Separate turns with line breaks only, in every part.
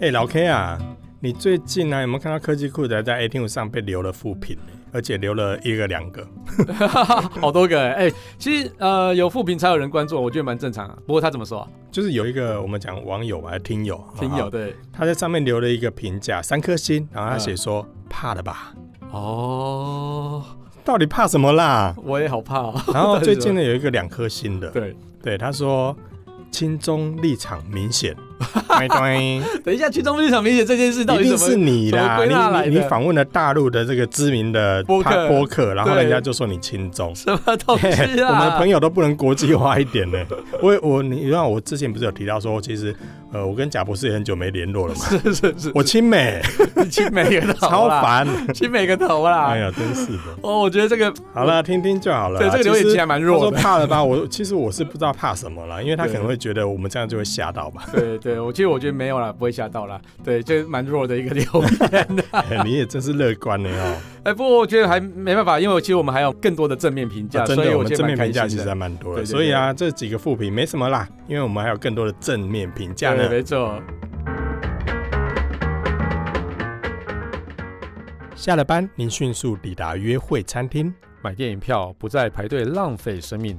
哎、老 K 啊，你最近啊有没有看到科技酷宅在 A T U 上被留了负评呢？而且留了一个两个。
好多个哎、欸其实呃有负评才有人关注，我觉得蛮正常啊。不过他怎么说啊？
就是有一个我们讲网友啊，听友，
挺有
的，
对
他在上面留了一个评价，三颗星，然后他
嗯
写说、怕了吧，
哦，？
到底怕什么啦
我也好怕哦。
然后最近
呢？
呢有一个两颗星的，
对，
对他说亲中立场明 显，对对
等一下去中立场明显这件事到
一
底
定是
怎么？
你
怎么
啦，
归纳来
你
的
你你访问了大陆的这个知名的
播客
帕播客，然后
对
人家就说你亲中。
什么东
嘿
西啊？
我们朋友都不能国际化一点 呢。我我你知道我之前不是有提到说，其实呃我跟贾博士也很久没联络了嘛。
是是是，
我亲 美
我亲每个头，
超，烦，
亲每个头啦
哎。呀真是的。
哦，我觉得这个
好了，听听就好了啦。
对这个留言
其
其
实
实还蛮
他说
弱的。
怕了吧？我其实我是不知道怕什么啦，因为他可
对
能会觉得我们这样就会吓到吧。
对对，我其实我觉得没有啦，不会吓到啦。对，这蛮弱的一个留 言的。
哎你也真是乐观的 哦。
哎，不过我觉得还没办法，因为我其实我们还有更多的正面评价，
啊真
所以
的，我们
觉得
正
蛮
面
开
评价
心
其实
的。
还蛮多的，
对对对
所以啊，这几个负评没什么啦，因为我们还有更多的正面评价
对，
呢。
没错。
下了班，您迅速抵达约会餐厅，
买电影票不再排队浪费生命，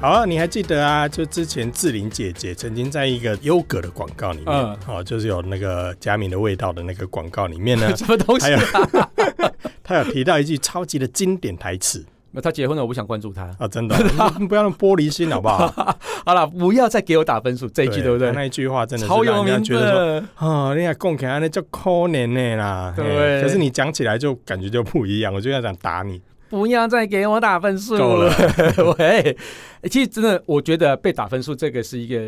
好、啊，你还记得啊？就之前志玲姐姐曾经在一个优格的广告里面，
嗯，
哦，就是有那个佳明的味道的那个广告里面呢
什么东西
还有
啊？
她有提到一句超级的经典台词
那他结婚了，我不想关注他。
啊，真的， 你不要那么玻璃心好不 好？
好了，不要再给我打分数这一句，对不对
她？那一句话真的是
超有
让人
名
家觉得 说，
的，
哦，你也讲起来那叫可怜的啦，
对
嘿可是你讲起来就感觉就不一样，我就要想打你，
不要再给我打分数
够了。
喂，欸其实真的，我觉得被打分数这个是一个，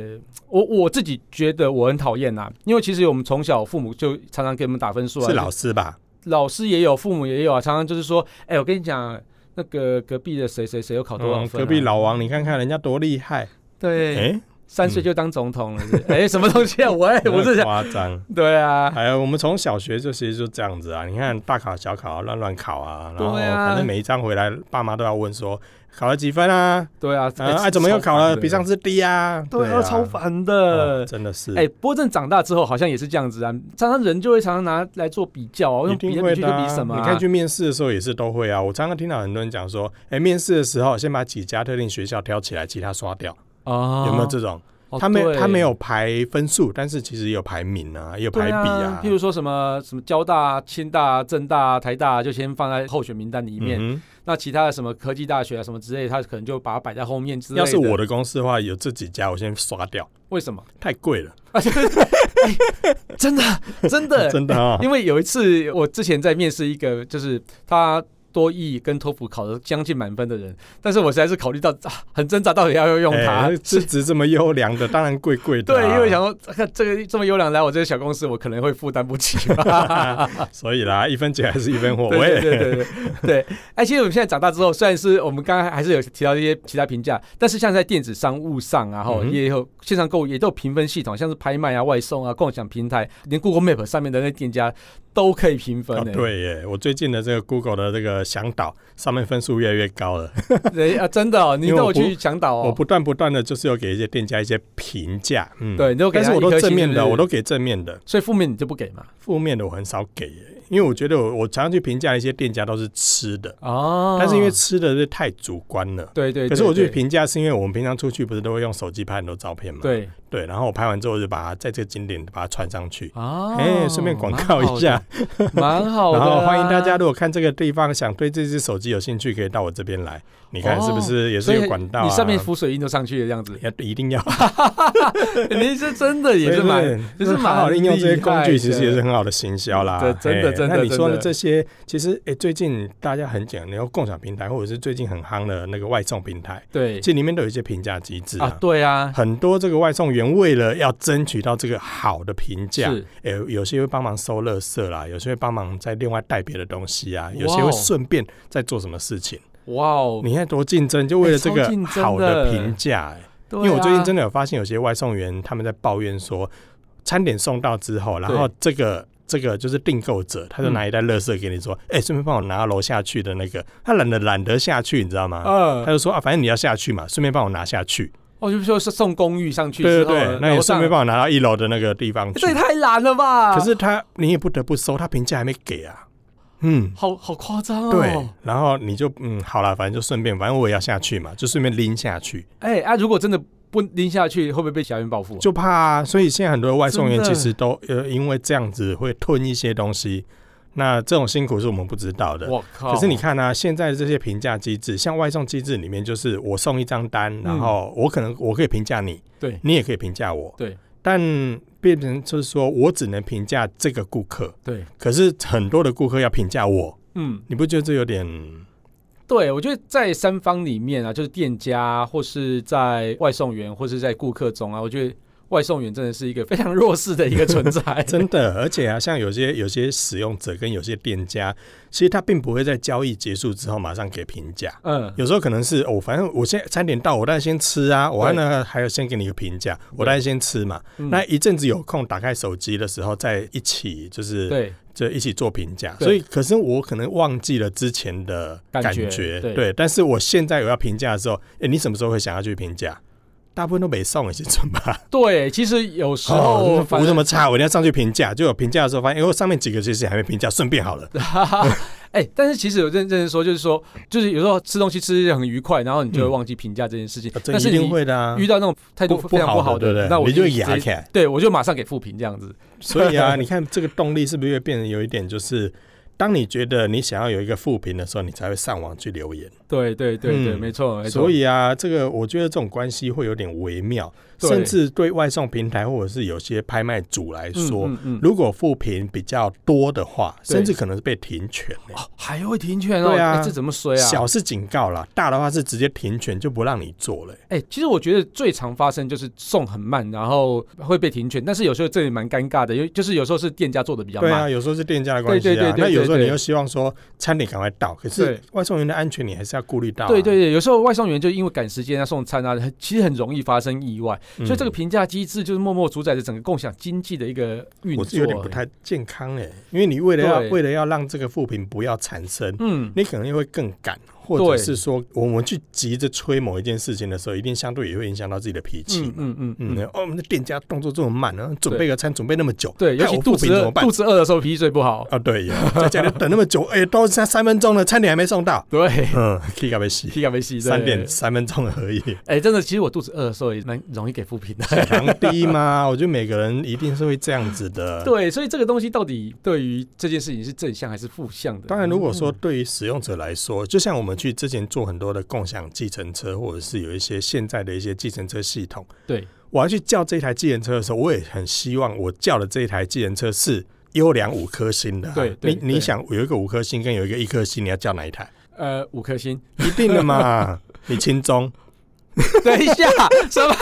我我自己觉得我很讨厌呐，因为其实我们从小父母就常常给我们打分数啊，
是老师吧？
老师也有，父母也有啊，常常就是说，哎、我跟你讲，那个隔壁的谁谁谁又考多少
嗯
分啊、
隔壁老王，你看看人家多厉 害，
对，
哎，
三岁就当总统了，是不是哎、什么东西啊？喂，我是
真的
想，
夸张。
对啊，
哎呀，我们从小学就其实就这样子啊，你看大考小考啊乱乱考啊，然后
对啊
反正每一张回来，爸妈都要问说考了几分啊？
对啊，
啊，哎怎么又考了比上次
次？
低啊？
对啊，超烦的。
嗯真的是
哎、。不过真的长大之后好像也是这样子啊，常常人就会常常拿来做比较啊，我
一
用比
定
来
会
比去
的
就
啊、
比什么、啊？
你看去面试的时候也是都会啊。我常常听到很多人讲说，哎、面试的时候先把几家特定学校挑起来，其他刷掉，
啊
有没有这种？
哦
他没有
对
他没有排分数，但是其实也有排名啊，也有排
对
比
啊
啊。
譬如说什么什么交大啊、清大啊、政大啊、台大啊，就先放在候选名单里面。
嗯
那其他的什么科技大学啊什么之类，他可能就把它摆在后面之
哼
类的。
要是我的公司的话，有这几家我先刷掉，
为什么？
太贵了，
真的， 真的，
真的啊、
因为有一次我之前在面试一个，就是他多益跟托福考的将近满分的人，但是我实在是考虑到、啊很挣扎，到底要不 要用它。
哎资质这么优良的，当然贵贵的、啊。
对，因为想说看这个这么优良来我这个小公司，我可能会负担不起吧。
所以啦，一分钱还是一分货。我
对
也
对对对对。哎，其实我们现在长大之后，虽然是我们刚刚还是有提到一些其他评价，但是像在电子商务上啊，哈、
嗯哼
也有线上购物也都有评分系统，像是拍卖啊、外送啊、共享平台，连 Google Map 上面的那店家都可以评分
哦
呢、
对耶，我最近的这个 Google 的这个向导上面分数越来越高了。
对啊，真的、哦，你
因为
带
我
我去
不
讲导
我
哦。
不断不断的就是有给一些店家一些评价，嗯，
对，你都给
但
他
是我
一
都
颗
正
星
面
是
的，
不是
我都给正面的，
所以负面你就不给嘛？
负面的我很少给耶、因为我觉得我我常常去评价一些店家都是吃的，
哦，
但是因为吃的是太主观了。
对对对，
可是我去
对
评价是因为我们平常出去不是都会用手机拍很多照片嘛，
对
对，然后我拍完之后我就把它在这个景点把它传上去。
啊，
哎，顺便广告一下，
蛮好 的，蛮好的
然后
啊、
欢迎大家，如果看这个地方想对这只手机有兴趣，可以到我这边来。你看是不是也
所
是
以
有管道啊？
你上面浮水印都上去的样 子，
要一定要
你是真的也是蛮，
对
就是
好
蛮
好利用这些工具，
厉害的嗯
其实也是很好的行销啦。
对真的
哎
真的
那你说
真
的
的
这些，其实哎，最近大家很讲，然后共享平台或者是最近很夯的那个外送平台，
对
其实里面都有一些评价机制
啊
啊，。
对啊，
很多这个外送员为了要争取到这个好的评价，
是
哎，有些会帮忙收垃圾啦，有些会帮忙再另外带别的东西啊，有些
哇
会
哦
顺便在做什么事情。
哇哦，
你看多竞争，就为了这
哎
个
超竞争的
好的评价、哎
因
因为我最近真
的
的有发现，有些外送员他们在抱怨说，餐点送到之后，然后这个这个就是订购者，
嗯
他就拿一袋垃圾给你说，哎、顺、便帮我拿楼下去的那个，他懒得懒得下去，你知道吗？他
呃，
就说啊，反正你要下去嘛，顺便帮我拿下去。
哦，就是说是送公寓上去
对对
之后，
对，那也顺
楼上哎
便帮我拿到一楼的那个地方去
这。也太难了吧？
可是他，你也不得不收，他评价还没给啊。嗯，
好好夸张哦。
对。然后你就嗯，好了，反正就顺便，反正我也要下去嘛，就顺便拎下去，
哎啊，如果真的不拎下去，会不会被小圆报复？
就怕、啊。所以现在很多外送员
真的
其实都呃，因为这样子会吞一些东西。那这种辛苦是我们不知道的。
我靠！
可是你看啊，现在这些评价机制，像外送机制里面，就是我送一张
嗯
单，然后我可能我可以评价你，
对
你也可以评价我，
对
但变成就是说我只能评价这个顾客，
对，
可是很多的顾客要评价我，
嗯，
你不觉得这有点？
对，我觉得在三方里面啊，就是店家或是在外送员或是在顾客中啊，我觉得外送员真的是一个非常弱势的一个存在。
真的，而且啊，像有些有些使用者跟有些店家，其实他并不会在交易结束之后马上给评价。
嗯，
有时候可能是我、哦反正我现在餐点到，我当然先吃啊，我呢还有先给你一个评价，我当然先吃嘛。
嗯
那一阵子有空打开手机的时候，再一起就是
对
就一起做评价。
对
所以，可是我可能忘记了之前的
感
感
觉对
对。但是我现在有要评价的时候，哎、你什么时候会想要去评价？大部分都没送，也是准吧。
对，其实有时
哦，
候
那服
反
务
正
这么差，我一定要上去评价。就有评价的时候发现，哎、呦，上面几个其实还没评价，顺便好了。
哈哈， 哎、但是其实有认认真说，就是说，就是有时候吃东西吃得很愉快，然后你就会
嗯
忘记评价这件事情。
啊这
但是
一定
你
会的啊
遇，到那种态度
不
非常
不
不
好
好
的对不对
那我
你就
直接
牙起来
对我就马上给负评这样子。
所以啊，你看这个动力是不是越变得有一点，就是当你觉得你想要有一个负评的时候，你才会上网去留言。
对对对对，
嗯
没错没错。
所以啊，这个我觉得这种关系会有点微妙，
对
甚至对外送平台或者是有些拍卖主来
嗯
说，
嗯嗯
如果负评比较多的话，
对
甚至可能是被停权、欸。
哦，还会停权哦，
对啊
哎这怎么衰啊？
小是警告啦，大的话是直接停权，就不让你做了、欸
哎、其实我觉得最常发生就是送很慢，然后会被停权，但是有时候这也蛮尴尬的，因为就是有时候是店家做的比较
对
慢，
啊，有时候是店家的关系啊。
对对对对
那有时候
对
你又希望说餐点赶快到，可是
对
外送员的安全你还是要顾虑到、啊。
对对对，有时候外送员就因为赶时间啊、送餐啊，很其实很容易发生意外，
嗯
所以这个评价机制就是默默主宰着整个共享经济的一个运
我是
作。欸
有点不太健康哎、因为你为了要
对
为了要让这个负评不要产生，
嗯，
你可能又会更赶，或者是说我们去急着催某一件事情的时候，一定相对也会影响到自己的脾气
嗯
嘛。嗯
嗯嗯嗯，
哦，我们的店家动作这么慢啊，准备个餐准备那么久，
对，尤
害
其
我
肚
负评
子
怎
饿
么办
肚？子饿的时候脾气最不 好。
啊，对呀，在家里等那么久，哎、都三三分钟了，餐点还没送到，
对，
嗯，可以搞被洗，
体感没戏。对
三点三分钟而已。
哎，真的，其实我肚子饿的时候也蛮容易给负评的。
强低吗？我觉得每个人一定是会这样子的。，
对，所以这个东西到底对于这件事情是正向还是负向的？
当然，如果
嗯
说对于使用者来说，就像我们去之前做很多的共享计程车，或者是有一些现在的一些计程车系统，
对，
我要去叫这台计程车的时候，我也很希望我叫的这一台计程车是。优良五颗星的啊、
对对
你
对
你想有一个五颗星跟有一个一颗星，你要叫哪一台？
呃，五颗星。
一定的嘛，你轻中。
等一下，什么？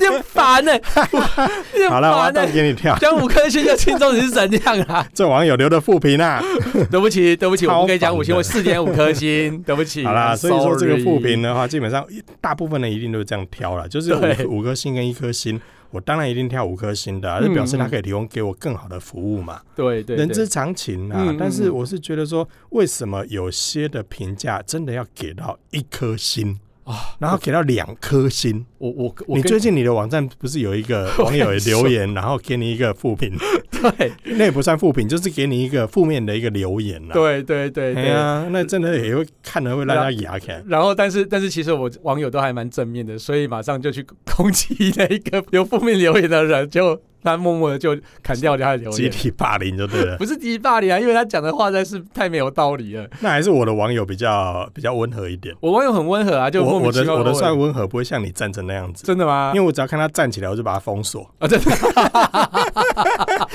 你很烦 呢、你很
好了，我要
烦呢、欸
到给你跳。
讲五颗星就轻松，你是怎样啊？
这网友留的负评啊，
对不起，对不起，
超
我不跟你讲五
烦
星，
的
我四点五颗 星，对不起。
好啦，
I'm
所以说这个负
sorry
评的话，基本上一大部分人一定都是这样挑 了，就是五
对
颗五颗星跟一颗星，我当然一定挑五颗星的、啊，就
嗯
表示它
嗯
可以提供给我更好的服务嘛，
对对对
人之常情啊
嗯嗯。
但是
嗯
我是觉得说，为什么有些的评价真的要给到一颗星？
啊，
然后给到两颗星，
我我我
你
跟
最近你的网站不是有一个网友留言，然后给你一个负 评，
对
那也不算负评，就是给你一个负面的一个留言啦。
对对对
哎
对。
呀，那真的也会看了会让他牙开。
然后，但是但是，其实我网友都还蛮正面的，所以马上就去攻击那一个有负面留言的人，就他默默的就砍掉了他的留
集
言。
体霸凌就对了。
不是敌霸凌啊，因为他讲的话实在是太没有道理了。
那还是我的网友比较比较温和一点。
我网友很温和啊，就
我
莫名
我
其
的
妙
我的
问
算温和，不会像你站成那样子。
真的吗？
因为我只要看他站起来，我就把他封锁，
啊，真的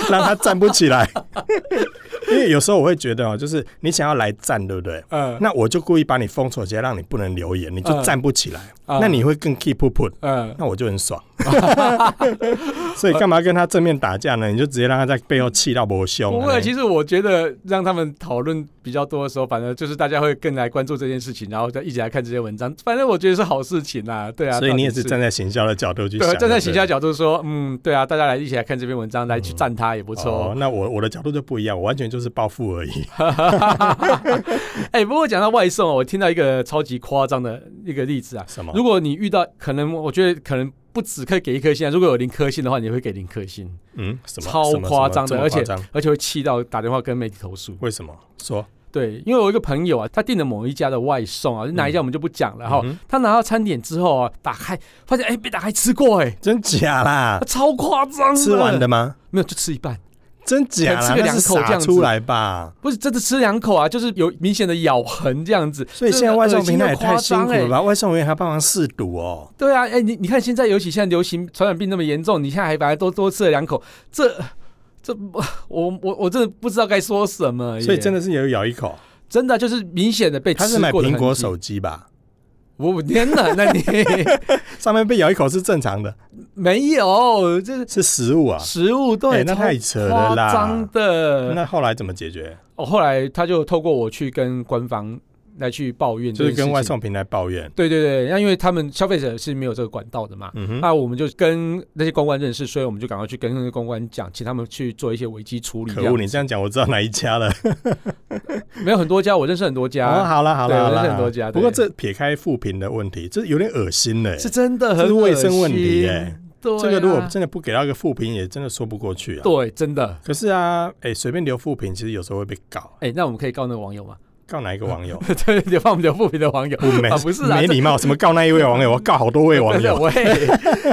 让他站不起来。 因为有时候我会觉得哦，就是你想要来站，对不对？
嗯，
那我就故意把你封锁起来，让你不能留言，你就站不起来，
啊
那你会更 keep put，
嗯，
那我就很爽。所以干嘛跟他正面打架呢？你就直接让他在背后气到我凶。啊
不会，其实我觉得让他们讨论比较多的时候，反正就是大家会更来关注这件事情，然后再一起来看这些文章。反正我觉得是好事情啦，对啊。
所以你也
到
是
底
站在行销的角度去
对
想，
站在
不
行销角度说，嗯，对啊，大家来一起来看这篇文章，来去赞他也不
哦
错。，
那我我的角度就不一样，我完全就是暴富而已。
哎、不过讲到外送哦，我听到一个超级夸张的一个例子啊。
什么？
如果你遇到可能，我觉得可能不止可以给一颗星啊，如果有零颗星的话，你会给零颗星，
嗯，什么
超
什么
夸张的
什么
而且
这么夸张
而且会气到打电话跟媒体投诉。
为什么说？
对，因为我有一个朋友啊，他订了某一家的外送啊，哪一家我们就不讲了哈。
嗯哼
他拿到餐点之后啊，打开发现哎、被打开吃过哎、
真假啦
他？超夸张，
吃完的吗？
没有就吃一半，
真假啦？
可能
那是
吃个两口这
撒
样子
出来吧。
不是真的吃两口啊，就是有明显的咬痕这样子。
所以现在外送平台也太辛苦
真
了
的恶心又夸张哎
吧？外送员还帮忙试毒哦。
对啊，哎、你你看现在，尤其现在流行传染病那么严重，你现在还把它多多吃了两口，这这我我我真的不知道该说什么耶。
所以真
的
的是有咬一口，
真的啊就是明显的被哎吃
他是买
过的
苹果
痕迹，
手机吧？
我我天哪，那你
上面被咬一口是正常的，
没有，这是
是食物啊。
食物 对、
哎那
超
太扯了啦
夸张的。
那后来怎么解决？
哦，后来他就透过我去跟官方来去抱怨，
就是跟外。送平台抱怨。
对对对，那因为他们消费者是没有这个管道的嘛，
嗯哼，
那我们就跟那些公关认识，所以我们就赶快去跟那些公关讲，请他们去做一些危机处理。
可恶！你这样讲，我知道哪一家了。
没有很多家，我认识很多
哦，
家，
好啦好
对
啦好
我认识很多
啦。
家。
不过
对
这撇开负评的问题，这有点恶心嘞。
是真的
这
很
是卫生
恶
问题
心
耶。
对啊，
这个如果真的不给到一个负评，也真的说不过去啊。
对真的，
可是啊，哎，随便留负评，其实有时候会被告。
哎，那我们可以告那个网友吗？
告哪一个网友？
对，留放我们留不平的网友
不没
啊，不是啊，
没
这
礼 貌，什么告那一位网友？我告好多位网
真的
友。
喂，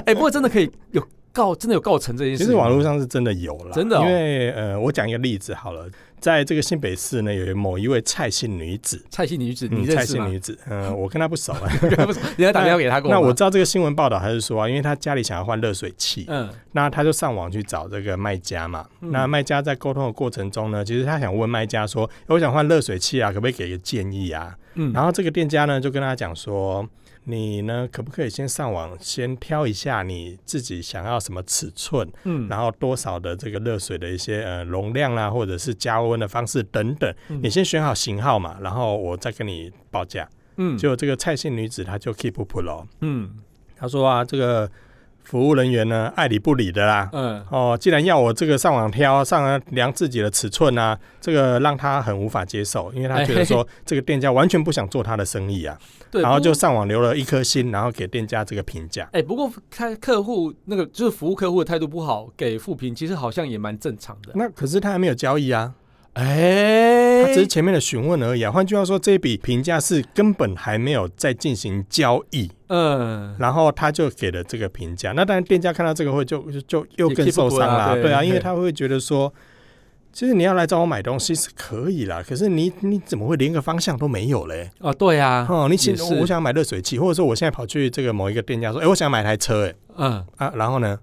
哎，不过真的可以有告，真的有告成这件事
其
情。
实网络上是真的有啦，
真的哦
因为呃，我讲一个例子好了，在这个新北市呢，有某一位蔡姓女子，
蔡姓女子，
嗯
你
蔡
认识
姓
吗？
女子，嗯、我跟她不 熟啊。
不是你要打电话给他过吗
那我知道这个新闻报道，还是说啊，因为她家里想要换热水器，
嗯
那她就上网去找这个卖家嘛。
嗯
那卖家在沟通的过程中呢，其实她想问卖家说，欸我想换热水器啊，可不可以给个建议啊？
嗯，
然后这个店家呢就跟他讲说，你呢可不可以先上网先挑一下你自己想要什么尺寸，
嗯
然后多少的这个热水的一些呃容量啦、或者是加温的方式等等，
嗯
你先选好型号嘛，然后我再跟你报价。
嗯
结果这个蔡姓女子她就 keep up 咯，
嗯
她说啊，这个服务人员呢爱理不理的啦。
嗯
哦，既然要我这个上网挑、上网量自己的尺寸啊，这个让她很无法接受，因为她觉得说这个店家完全不想做她的生意啊。
对，
然后
不
就上网留了一颗星，然后给店家这个评价。
哎、不过看客户那个就是服务客户的态度不好，给负评其实好像也蛮正常的。
那可是他还没有交易啊，
哎
他只是前面的询问而已啊。换句话说，这一笔评价是根本还没有在进行交易，
嗯，
然后他就给了这个评价。那当然，店家看到这个会就就就又更受伤啦、
也 keep 不住啊对
对啊，因为
对
他会觉得说。其实你要来找我买东西是可以啦，可是你你怎么会连个方向都没有嘞？
哦，对啊，
哦，你请
也是
我想买热水器，或者说我现在跑去这个某一个店家说，哎、我想买台车、哎，
嗯，
啊，然后呢？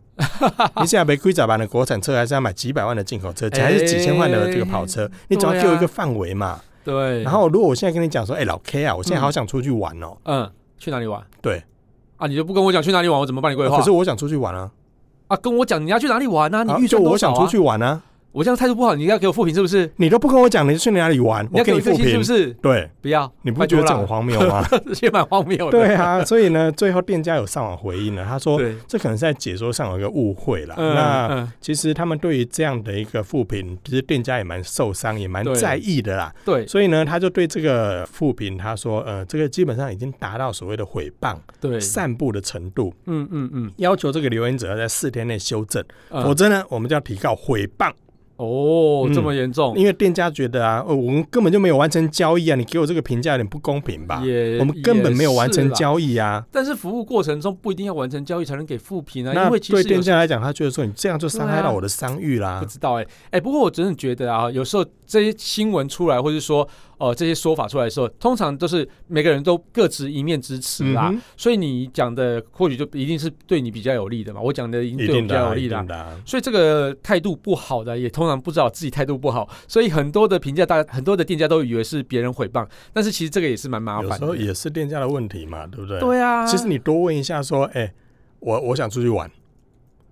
你现在买几百万的国产车，还是要买几百万的进口车，还是几千万的这个跑车？你总要给我一个范围嘛。
啊对。
然后，如果我现在跟你讲说，哎、老 K 啊，我现在好想出去玩哦，
嗯，去哪里玩？
对
啊，你就不跟我讲去哪里玩，我怎么帮你规划？
可是我想出去玩啊，
啊，跟我讲你要去哪里玩啊？你
啊
预
就
算
我
多
想
少、啊？
出去，玩啊，
我这样态度不好，你要给我负评是不是？
你都不跟我讲，你去哪里玩，
你
我
要给
给
我
你
一
复
颗星是
评
不，是？
对，
不要，
你不觉得这很
荒
荒谬 吗？
谬？这蛮荒谬的。
对啊，所以呢，最后店家有上网回应了，他说
对，
这可能是在解说上有一个误会啦。
嗯
那
嗯，
其实他们对于这样的一个负评，其实店家也蛮受伤，也蛮
对
在意的啦。
对
所以呢，他就对这个副评他说，呃，这个基本上已经达到所谓的诽谤、
对，
散布的程度，
嗯嗯嗯
要求这个留言者要在四天内修正，
嗯，
否则呢，我们就要提告诽谤，
哦，
嗯
这么严重，
因为店家觉得啊，呃，我们根本就没有完成交易啊，你给我这个评价有点不公平吧？
也
我们根本没有完
也
成
是啦
交易啊。
但是服务过程中不一定要完成交易才能给负评啊，
那
因为其
对
实有
店
时
家来讲，他觉得说你这样就伤害
对
到
啊
我的商誉啦
不。知道哎、哎、不过我真的觉得啊，有时候这些新闻出来，或是说呃这些说法出来的时候，通常都是每个人都各执一面之词啦，
嗯哼，
所以你讲的或许就一定是对你比较有利的嘛，我讲的一定
一
对我
定
比
的
较
啊，
有利
一
的啊
定。的啊。
所以这个态度不好的，也通常不知道自己态度不好，所以很多的评价，大很多的店家都以为是别人诽谤，但是其实这个也是蛮麻
有
烦
时候
的。
也是店家的问题嘛，对不对？
对啊，
其实你多问一下说，哎、我我想出去玩，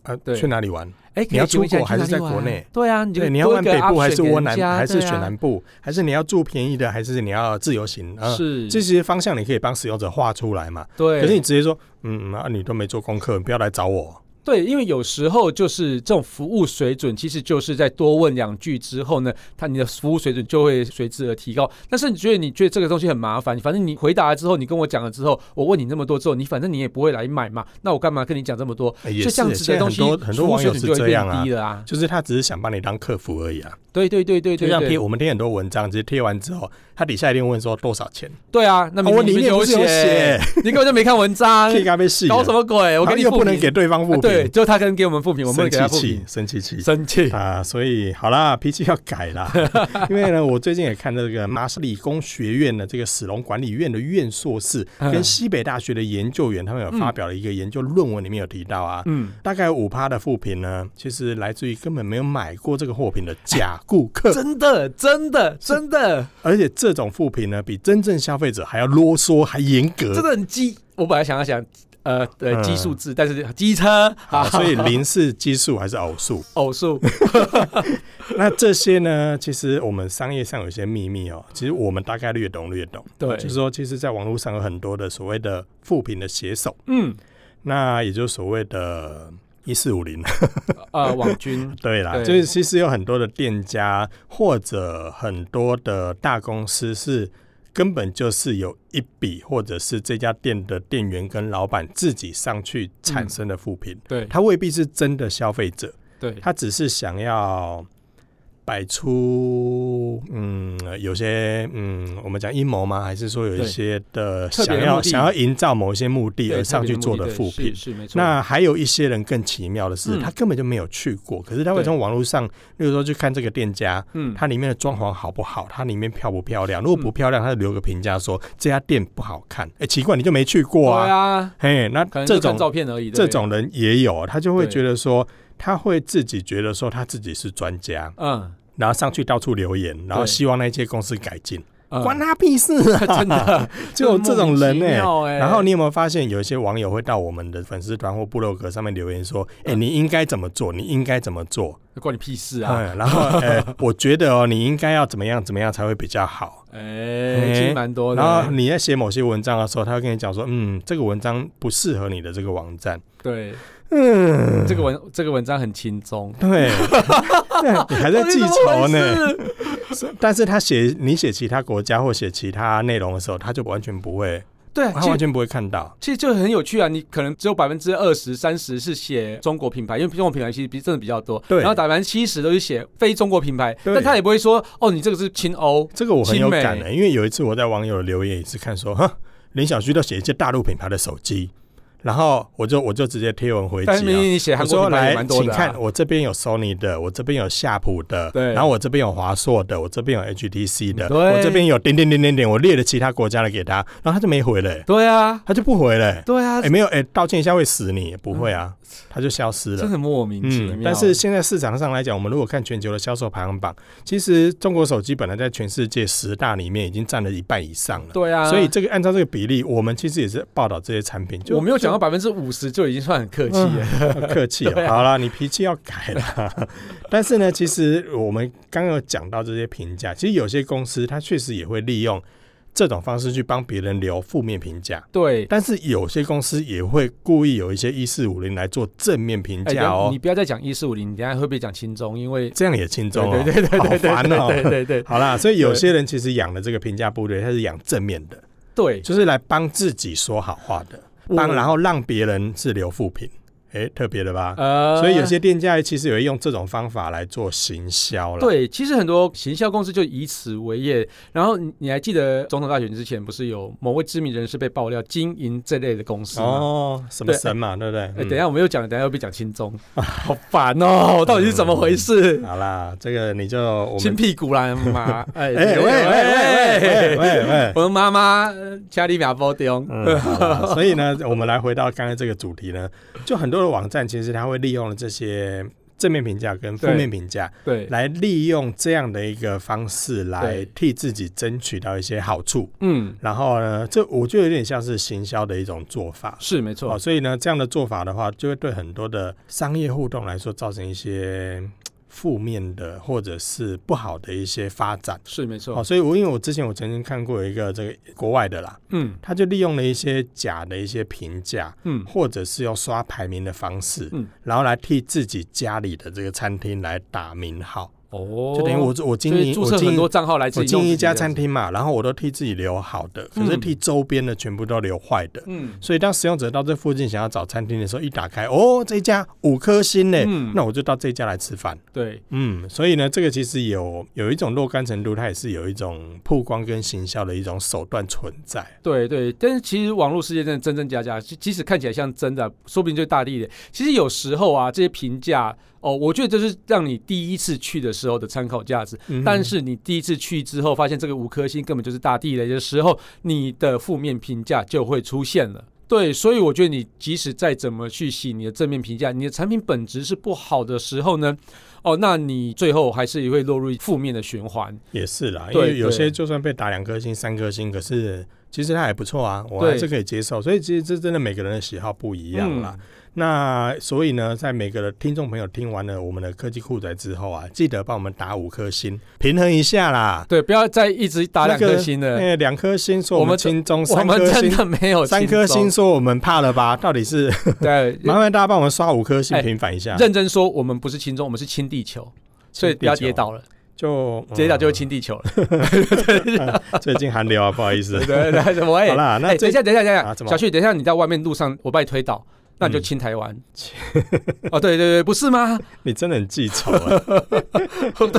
啊，
对
去哪里玩？
哎，可以
你要
请问一下
出国还是
去哪
在
里玩
国内
对啊，你就
对，你要玩
多一
北
个
部还
option
是
给
我
人
南，
家
还是
对啊
选南部，还是你要住便宜的，还是你要自由行啊？
是，
这些方向你可以帮使用者画出来嘛？
对。
可是你直接说，嗯，嗯啊，你都没做功课，你不要来找我。
对，因为有时候就是这种服务水准，其实就是在多问两句之后呢，他你的服务水准就会随之而提高。但是你觉得你觉得这个东西很麻烦，反正你回答了之后，你跟我讲了之后，我问你那么多之后，你反正你也不会来买嘛，那我干嘛跟你讲这么多？
哎也，
就是这样子
现在
的东
很
西，
多很多
服务
网友
水
是
准就
这
会变
样啊
低，了啊。
就是他只是想把你当客服而已啊。
对对对对
就
对，
像贴
对
我们贴很多文章，直接贴完之后，他底下一定问说多少钱？
对啊，那
啊
明
我
明
里
你
面
有
不是有写，
你根本就没看文 章，
贴咖啡戏，
哎搞什么鬼？我
然后
跟你
又
复
不能
评
给对方
啊
复
对，
评，
就他跟给我们复评，我们不能
生
给他
气
复评
气，，生气气。
生气。
啊，所以好啦，脾气要改 啦。因为呢，我最近也看这个麻省理工学院的这个史隆管理院的院硕士
嗯
跟西北大学的研究员，他们有发表了一个研究论文，里面有提到啊，
嗯，
大概五趴的负评呢，其实来自于根本没有买过这个货品的假顾客，
真的，真的，真的，
而且这种负评呢，比真正消费者还要啰嗦，还严
真
格。
的很激。我本来想要想，呃，对，
嗯
基数字，但是机车
好，
啊，
所以零是奇数还是偶数？
偶数，
那这些呢，其实我们商业上有一些秘密哦，其实我们大概略懂略懂。
对
就是说，其实在网络上有很多的所谓的负评的写手，
嗯，
那也就是所谓的。一四五零，
呃，网军，
对啦，
对
就是其实有很多的店家或者很多的大公司是根本就是有一笔，或者是这家店的店员跟老板自己上去产生的负评，
对
他未必是真的消费者，
对，
他只是想要摆出嗯有些嗯我们讲阴谋吗？还是说有
对
一些的
特
想
别的目
要
的
想要营造某些目的
对
而上去做的
特别
复
目对
评？
是是没错。
那还有一些人更奇妙的是，
嗯
他根本就没有去过，可是他会
对
从网络上，例如说去看这个店家，
嗯，
它里面的装潢好不好，它里面漂不漂亮？如果不漂亮，他就留个评价说这家店不好看。哎，奇怪，你就没去过
对
啊？
啊，
嘿，那
可能
这
就看
种
照片而已，对
这
不对，
种人也有，他就会
对
觉得说，他会自己觉得说他自己是专家，
嗯，
然后上去到处留言，然后
对
希望那些公司改进，
嗯
关他屁事啊！
真的
就这种人呢、
莫名其妙哎
然后你有没有发现，有一些网友会到我们的粉丝团或部落格上面留言说：“哎、你应该怎么做？你应该怎么做
关你屁？”事嗯啊！
嗯，然后 哎、我觉得哦，你应该要怎么样怎么样才会比较好。
哎，其实蛮多的，
然后你在写某些文章的时候，他会跟你讲说：“嗯，这个文章不适合你的这个网站。”
对
嗯，
这个文这个文章很轻松，
对，你还在记仇
到底
呢。
怎么回事？
但是他写你写其他国家或写其他内容的时候，他就完全不会，
对，
他
其实
啊完全不会看到。
其实就很有趣啊，你可能只有百分之二十、三十是写中国品牌，因为中国品牌其实比真的比较多。
对
然后百分之七十都是写非中国品牌，
对
但他也不会说哦，你这个是亲欧。
这个我很有感
青
的、
梅
因为有一次我在网友的留言也是看说，哈，林小旭都写一些大陆品牌的手机，然后我就我就直接贴文回击、
但是明
啊
明。你写
我
韩国
说
品牌也
来，
蛮多
请
的、
看，
啊，
我这边有 Sony 的，我这边有夏普的，
对
然后我这边有华硕的，我这边有 HTC 的，
对
我这边有点点点点点，我列了其他国家的给他，然后他就没回了、
对啊，
他就不回了、
对啊，
哎、没有，哎、道歉一下会死你，不会啊，
嗯
它就消失
真
了。
的莫名其妙。
嗯但是现在市场上来讲，我们如果看全球的销售排行榜，其实中国手机本来在全世界十大里面已经占了一半以上了。
对啊，
所以这个按照这个比例，我们其实也是报道这些产品。就
我没有讲到百分之五十就已经算很客气了。
到客气、
对
哦，
啊
好啦，你脾气要改了。但是呢，其实我们刚刚有讲到这些评价，其实有些公司它确实也会利用这种方式去帮别人留负面评价。
对，
但是有些公司也会故意有一些一四五零来做正面评
哎、
价哦
你，不要再讲一四五零，你等一下会被讲轻中，因为
这样也轻松哦，
对对对对对对
好烦
对
哦。
对对
好啦，所以有些人其实养的这个评价部队，他是养正面的，
对，
就是来帮自己说好话的，帮然
后
后让别人是留负评，诶，特别的吧？
呃
所以有些店家其实也会用这种方法来做行销了。
对，其实很多行销公司就以此为业。然后你你还记得总统大选之前，不是有某位知名人士被爆料经营这类的公司吗？
哦，什么
对
神嘛，对不对？
哎，
嗯
等一下，我们又讲了，等一下又被讲轻中，好烦哦！ 到底是怎么回事？
好啦，这个你就我
亲
们
屁股啦妈！
哎
哎
喂喂喂喂喂喂。
我的妈妈呃家里秒包丢。
嗯，好啦所以呢，我们来回到刚才这个主题呢，就很多的网站其实它会利用了这些正面评价跟负面评价，
对，
来利用这样的一个方式来
对
替自己争取到一些好处。
嗯，
然后呢，这我就有点像是行销的一种做法。
是没错
哦，，所以呢，这样的做法的话，就会对很多的商业互动来说造成一些嗯负面的或者是不好的一些发展。
是没错
哦，，所以我因为我之前我曾经看过一个这个国外的啦，
嗯
他就利用了一些假的一些评价，
嗯，
或者是用刷排名的方式，
嗯
然后来替自己家里的这个餐厅来打名号，
哦，
就等于我我经
就是
营
注
我
册
经
很
营
多账号来自
我
己
进
用自己
一家
的
餐，厅嘛，然后我都替自己留好的，可
嗯
是替周边的全部都留坏的。
嗯
所以当使用者到这附近想要找餐厅的时候，一打开，哦，这家五颗星呢，
嗯
那我就到这家来吃饭。
对，
嗯，所以呢，这个其实有有一种若干程度，它也是有一种曝光跟行销的一种手段存在。
对对，但是其实网络世界真的真真假假，即即使看起来像真的，啊说不定就大地的。其实有时候啊，这些评价哦，我觉得这是让你第一次去的时候的参考价值。
嗯
但是你第一次去之后，发现这个五颗星根本就是大地雷的时候，你的负面评价就会出现了。对，所以我觉得你即使再怎么去洗你的正面评价，你的产品本质是不好的时候呢，哦，那你最后还是会落入负面的循环。
也是啦，因
对
为有
对
些就算被打两颗星、三颗星，可是其实它还不错啊，我还
对
是可以接受。所以其实这真的每个人的喜好不一
一
样啦。那所以呢，在每个的听众朋友听完了我们的科技酷宅之后啊，记得帮我们打五颗星，平衡一下啦。
对，不要再一直打两
那
颗
个
星了。
那两颗星说
我
我
们
们轻中，
我
三
们
颗
真
星
的没有
三
轻
颗
松
星，说我们怕了吧？到底 是
对，
麻烦大家帮我们刷五颗星
哎
平反一下，
认真说，我们不是轻松，我们是轻地球，所以不要跌倒了，
就嗯
跌倒 就会轻地球了。
最近寒流啊，不好意思
对。对对， 我也
好。啦，那
哎，等
最
一下，等一下，等一
啊
下，
怎么
小旭，等一下，你在外面路上，我把你推倒，那你就亲台湾。 哦，对对对，不是吗？
你真的很记仇啊，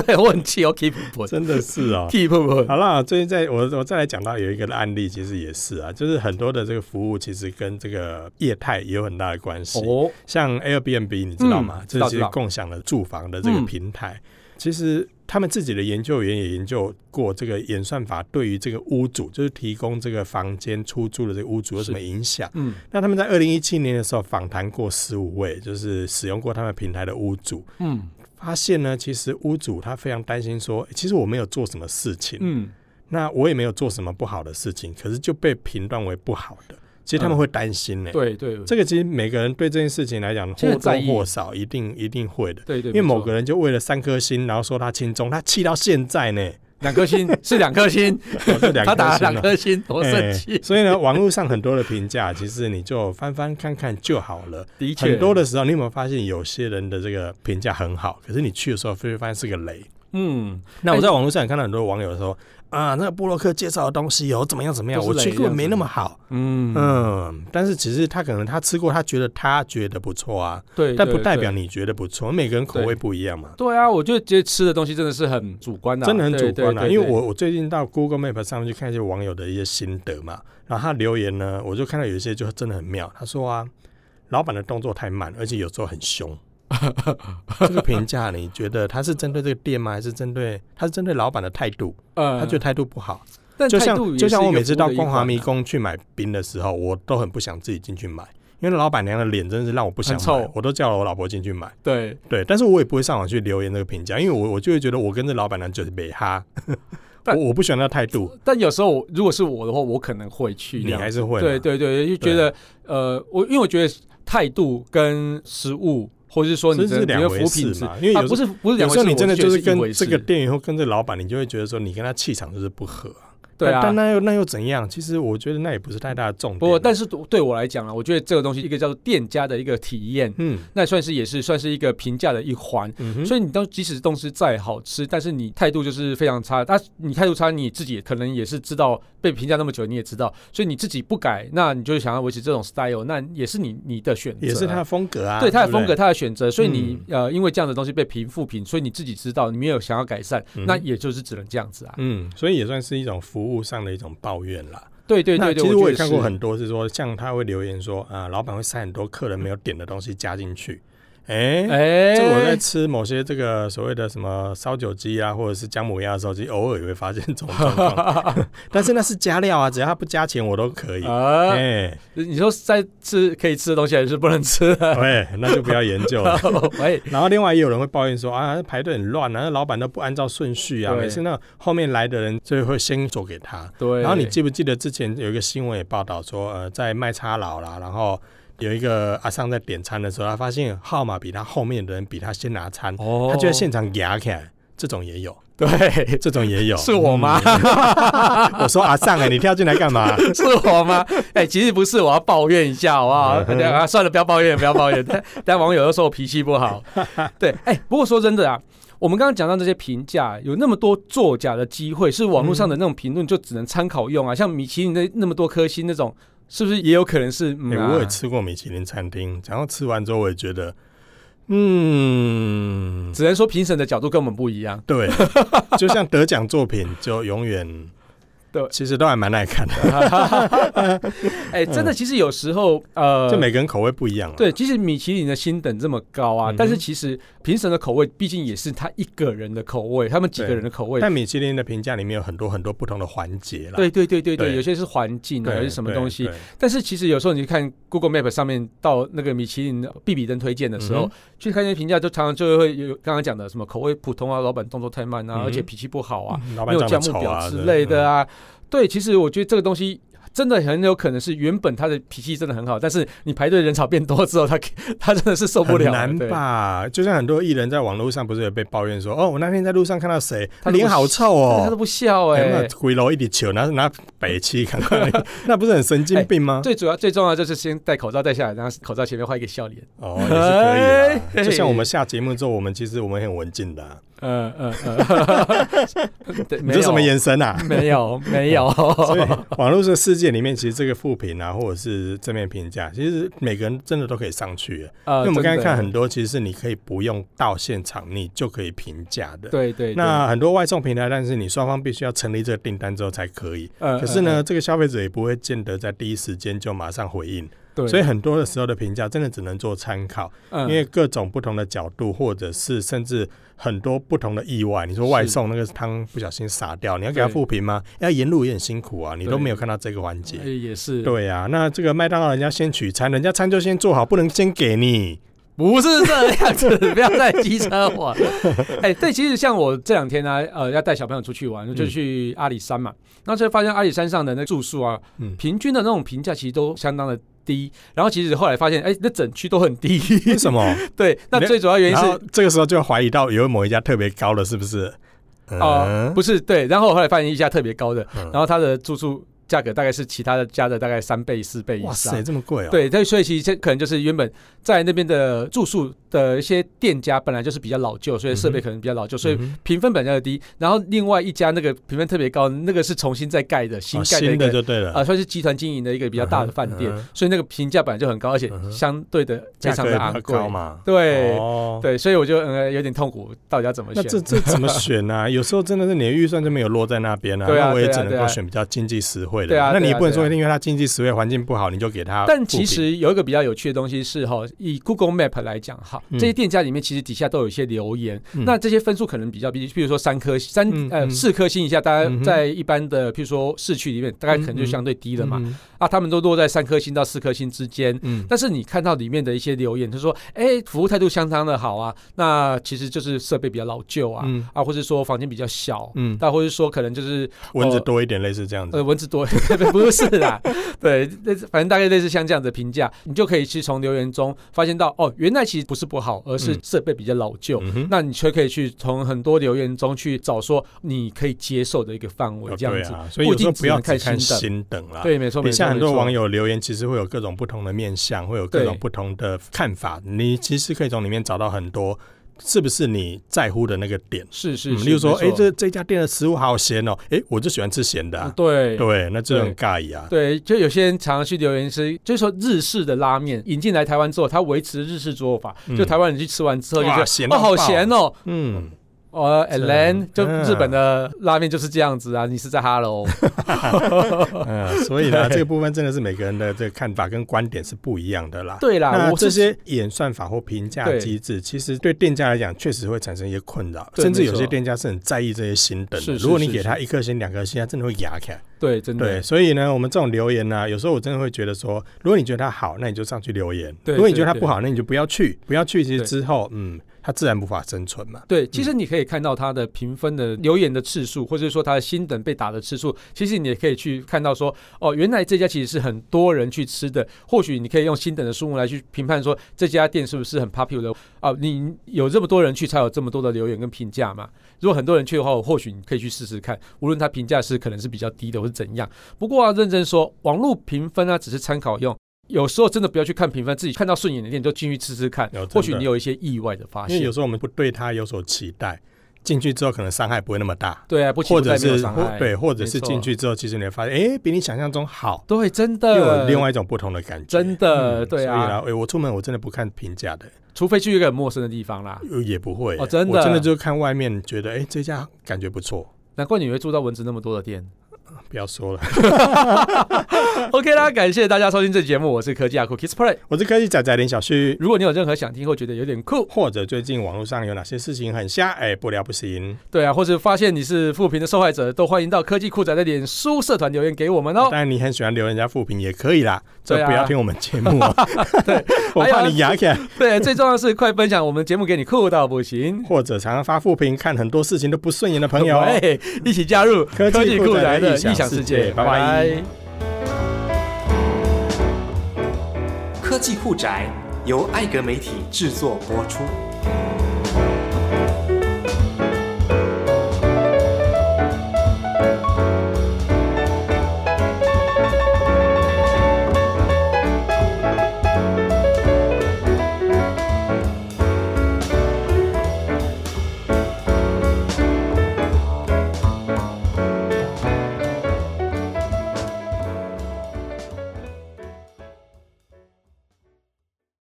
对，我很气，我 keep 不
真的是哦。
keep 不
好啦，最近在我我再来讲到有一个案例，其实也是啊，就是很多的这个服务其实跟这个业态也有很大的关系。
哦，
像 Airbnb，你知道吗？
嗯知
这
道
是
知道
共享的住房的这个
嗯
平台，其实他们自己的研究员也研究过这个演算法对于这个屋主，就是提供这个房间出租的这个屋主有什么影响。
嗯，
那他们在二零一七年的时候访谈过十五位，就是使用过他们平台的屋主，
嗯
发现呢，其实屋主他非常担心说，诶其实我没有做什么事情，
嗯，
那我也没有做什么不好的事情，可是就被评断为不好的。其实他们会担心呢、
嗯对对
这个其实每个人对这件事情来讲，
这个
或
在
多
意
或少一定一定会的。
对对，
因为
没
某
错
个人就为了三颗星，然后说他轻中，他气到现在呢，
两颗 星是两颗星，
哦这两
他
颗
打了
星
两
了。
颗星，我生
哎
气。
所以呢，网络上很多的评价， 其实你就翻翻看看就好了。
的确，
很多的时候，你有没有发现有些人的这个评价很好，可是你去的时候，会发现是个雷。
嗯，
那我在网络上也看到很多网友说啊，那个布洛克介绍的东西有、怎么样怎么样，
都
我
是
去
雷
过
这样
没
子
那么好。
嗯
嗯，但是其实他可能他吃过，他觉得他觉得不错啊，
对，
但不
对
代
对
表你觉得不错，每个人口
对
味不一样嘛。
对啊，我就觉得吃的东西真的是很主观的、
真的很主观
的、
啊，因为我我最近到 Google Map 上面去看一些网友的一些心得嘛，然后他留言呢，我就看到有一些就真的很妙，他说啊，老板的动作太慢，而且有时候很 凶。这个评价你觉得他是针对这个店吗？还是针对他是针对老板的态度？
呃
他觉得态度不好，
但
就
态度
像
也
就是像
一
我
个
每次
服务
到
的一
光华
环
迷
啊
宫去买冰的时候，我都很不想自己进去买，因为老板娘的脸真的是让我不想
很
买
臭，
我都叫了我老婆进去买。
对
对，但是我也不会上网去留言这个评价，因为我我就会觉得我跟这老板娘就是美哈，我
但
我不喜欢那态度，
但有时候我如果是我的话，我可能会去这
你
样
还是会嘛
对对对，就觉得呃，我因为我觉得态度跟食物，或者是说你
这是
的你
两
的
回
服务
事
品质
嘛因为
啊
有时
不是不是两
有时
回事，
候你真的
我觉
就
得
是
是一
跟
回
这
事
个店员或跟这老板，你就会觉得说你跟他气场就是不合啊、
对啊
但但。那又那又怎样？其实我觉得那也不是太大的重点。啊
不过，但是对我来讲啊，我觉得这个东西一个叫做店家的一个体验，
嗯
那算是也是算是一个评价的一环。
嗯哼，
所以你当即使东西再好吃，但是你态度就是非常差。但你态度差，你自己也可能也是知道被评价那么久，你也知道，所以你自己不改，那你就想要维持这种 style，那也是你你的选择啊，
也是他的风格啊，
对他的
不
风格、他的选择。所以你、呃，因为这样的东西被评负评，所以你自己知道你没有想要改善，
嗯哼
那也就是只能这样子啊。
嗯，所以也算是一种服务上的一种抱怨啦。
对对对
那
对，
其实我也
觉得
看过
是
很多是说，像他会留言说啊，老板会塞很多客人没有点的东西加进去。哎、
哎，
这我在吃某些这个所谓的什么烧酒鸡啊，或者是姜母鸭的时候，其实偶尔也会发现这种状况。 但是那是加料啊，只要它不加钱，我都可以。
啊，
哎、
你说在吃可以吃的东西还是不能吃的？
喂，那就不要研究了。
哎，
然后另外也有人会抱怨说啊，排队很乱啊，那老板都不按照顺序啊，
对
每次那后面来的人就会先做给他。
对。
然后你记不记得之前有一个新闻也报道说，呃，在麦差佬啦，然后有一个阿桑在点餐的时候，他发现号码比他后面的人比他先拿餐，
哦
他就在现场压起来。这种也 有，
对，
这种也有。
是我吗？
嗯？我说阿 尚哎、你跳进来干嘛？
是我 吗？哎、其实不是，我要抱怨一下，好不好？
嗯哼
对啊，算了，不要抱怨，不要抱怨。 但但网友又说我脾气 不好，对，哎、不过说真的啊。我们刚刚讲到这些评价，有那么多作假的机会，是网络上的那种评论就只能参考
嗯
用啊。像米其林的那么多颗星那种，是不是也有可能是？嗯
欸
啊
我也吃过米其林餐厅，然后吃完之后，我也觉得，嗯，
只能说评审的角度跟我们不一样。
对，就像得奖作品，就永远
对
其实都还蛮耐看的，
哎、真的，其实有时候
嗯
呃，
就每个人口味不一样、啊。
对，其实米其林的星等这么高啊，
嗯哼
但是其实评审的口味毕竟也是他一个人的口味，他们几个
对
人的口味。
但米其林的评价里面有很多很多不同的环节啦，
对对对对对，
对
有些是环境啊，
对，
有些什么
对
东西。
对
但是其实有时候你去看 Google Map 上面到那个米其林的必比登推荐的时候，
嗯哼
去看一些评价，就常常就会有刚刚讲的什么口味普通啊，老板动作太慢啊，
嗯哼
而且脾气不好啊，
嗯老
没
板
有
长
价
得
目
丑
表
啊
之类的。啊。对，其实我觉得这个东西。真的很有可能是原本他的脾气真的很好，但是你排队人潮变多之后，他他真的是受
对
不
很
了了。啊
难
对
吧？就像很多艺人在网络上不是也被抱怨说，哦，我那天在路上看到谁，
他
他
都不
脸好臭
但是他都
哦，
不笑哎、
那回楼一点球，拿拿北七，赶 快，那不是很神经病吗？
最主要最重要就是先戴口罩戴下来，然后口罩前面画一个笑脸。
哦，也是可以
哎
啦。就像我们下节目之后，我们其实我们很文静的啊，
嗯嗯嗯， 对，
你
没有
这什么眼神 啊？
没有没有，
所以网络这个世界里面，其实这个负评啊，或者是正面评价，其实每个人真的都可以上去啊的。
呃
因为我们刚才看
真
很多，其实是你可以不用到现场，你就可以评价的。
的对对，对
那很多外送平台，但是你双方必须要成立这个订单之后才可以。
呃
可是呢，
呃
这个消费者也不会见得在第一时间就马上回应，
对，嗯
所以很多的时候的评价真的只能做参考，
因
因为各种不同的角度，或者是甚至很多不同的意外。你说外
是
送那个汤不小心洒掉，你要给他
对
复评吗？要沿路也很辛苦啊，你都
对
没有看到这个环节。
哎也是，
对呀、那这个麦当劳人家先取餐，人家餐就先做好，不能先给你。
不是这样子，不要再机车 我。哎，对，其实像我这两天呢、呃，要带小朋友出去
嗯
玩，就去阿里山嘛，然后就发现阿里山上的那个住宿啊，
嗯，
平均的那种评价其实都相当的低，然后其实后来发现，哎，那整区都很低。
为什么？
对，那
那
最主要 原因
然
是
后这个时候就怀疑到有某一家特别高了，是不是？
哦，
嗯
不是对，然后我后来发现一家特别高的，
嗯
然后它的住宿价格大概是其他的家的大概三倍四倍以
哇塞，
上。
这么贵哦！，
啊对，但所以其实这可能就是原本在那边的住宿的一些店家本来就是比较老旧，所以设
嗯
备
哼
可能比较老旧，所以
嗯哼
评分本来就低。然后另外一家那个评分特别高，那个是重新再盖的，新
哦
盖的一
新
个
的就对了，
啊，算是集团经营的一个比较大的饭
嗯
店
哼嗯，哼
所以那个评价本来就很高，而且
嗯哼
相对的非
价
常
格也
的
比
昂
较
贵
高。嘛。
对
哦，
对，所以我就呃有点痛苦，到底要怎么
那
选？
这这怎么选呢、 有时候真的是你的预算就没有落在那边啊，
对啊
那我也只能
对啊对啊
够选比较经济实惠的。
对啊
那你也
对啊
不能说
对啊
一定因为它经济实惠，环境不好，你就给它负评。
但其实有一个比较有趣的东西是哈，以 Google Map 来讲哈，
嗯
这些店家里面其实底下都有一些留言，
嗯
那这些分数可能比较，比比如说三颗星三、
嗯
呃
嗯
四颗星以下，大家
嗯哼
在一般的譬如说市区里面，大概可能就相对低了嘛，
嗯
啊，他们都落在三颗星到四颗星之间。
嗯，
但是你看到里面的一些留言，他说：“哎、服务态度相当的好啊，那其实就是设备比较老旧啊，
嗯
啊，或是说房间比较小，
嗯，
但或是说可能就是
蚊子
呃
多一点，类似这样子
呃，。蚊子多， 不是 啦，对，类似反正大概类似像这样子的评价，你就可以去从留言中发现到，哦，原来其实不是不好，而是
嗯
设备比较老旧。
嗯哼
那你却可以去从很多留言中去找说你可以接受的一个范围，
哦
这样
对
子。
啊，所以有时候不要只看
不一定只能看
新等啦。
对，没错，没
你
错。
像很多
没错
网，友留言，其实会有各种不同的面相，会有各种
对
不同的看法。你其实可以从里面找到很多是不是你在乎的那个点。
是是
嗯，
是，
例如说，
没
哎、
错
这这家店的食物好咸哦、哎、我就喜欢吃咸的、
啊
啊。
对
对，那这
对
很尬意啊。
对，就有些人常常去留言是，就是说日式的拉面引进来台湾之后，它维持日式做法，
嗯
就台湾人去吃完之后就觉
哇
得
咸
哦
到
好
爆
咸哦，
嗯，
哦 a
是
l a n 就
嗯
日本的拉面就是这样子啊，你是在 Hello，
嗯，所以呢，
对
这个部分真的是每个人的这个看法跟观点是不一样的啦。
对啦，
那
我
这
是
些演算法或评价
对
机制，其实对店家来讲确实会产生一些困扰，
对
甚至
没
有
错
些店家是很在意这些星等的。
是是
如果你
是
给
是
他一颗星、两颗星，他真的会压开。
对，真
对，
的
所以呢，我们这种留言呢、有时候我真的会觉得说，如果你觉得它好，那你就上去留言；
对
如果你觉得它
对
不好，那你就不要去，不要去。其实
对
之后，嗯，它自然无法生存嘛。
对，其实你可以看到它的评分的留言的次数，或者是说它的星等被打的次数，其实你也可以去看到说，哦，原来这家其实是很多人去吃的，或许你可以用星等的数目来去评判说这家店是不是很 popular 啊、你有这么多人去才有这么多的留言跟评价嘛。如果很多人去的话，或许你可以去试试看，无论它评价是可能是比较低的，或是怎样。不过啊，认真说，网络评分啊只是参考用。有时候真的不要去看评分，自己看到顺眼的店就进去吃吃看
有，真
或许
的
你有一些意外的发
因为
现
有。时候我们不对它有所期待，进去之后可能伤害不会那么大，
对啊，不期
或
不
者
待没有
是
伤害，
对，或者
没
是
错
进去之后，其实你会发现，哎、比你想象中好，
对，真
又
的
有另外一种不同的感觉。
真的
嗯
对
所以
啊，
啦，哎、我出门我真的不看评价的，
除非去一个很陌生的地方啦。
呃也不会、
哦真的
我真的就看外面，觉得哎、这家感觉不错，
难怪你会住到蚊子那么多的店。
不要说了。
OK 啦，感谢大家收听这期节目，我是科技阿酷 Kiss Play。
我是科技仔仔林小旭，
如果你有任何想听或觉得有点酷，
或者最近网络上有哪些事情很瞎，哎、不聊不行。
对啊，或是发现你是负评的受害者，都欢迎到科技酷仔的脸书社团留言给我们哦
当。然你很喜欢留人家负评也可以啦，这
对啊
不要听我们节目、 哦。
对，哎
我
还
怕
有
你牙起来，
对，最重要的是快分享我们节目给你酷到不行。
或者常常发负评，看很多事情都不顺眼的朋友哦。
喂，一起加入
科技酷宅的
的
异想
想
世
世
界
界，
拜拜
拜
科技酷宅由艾格媒体制作播出。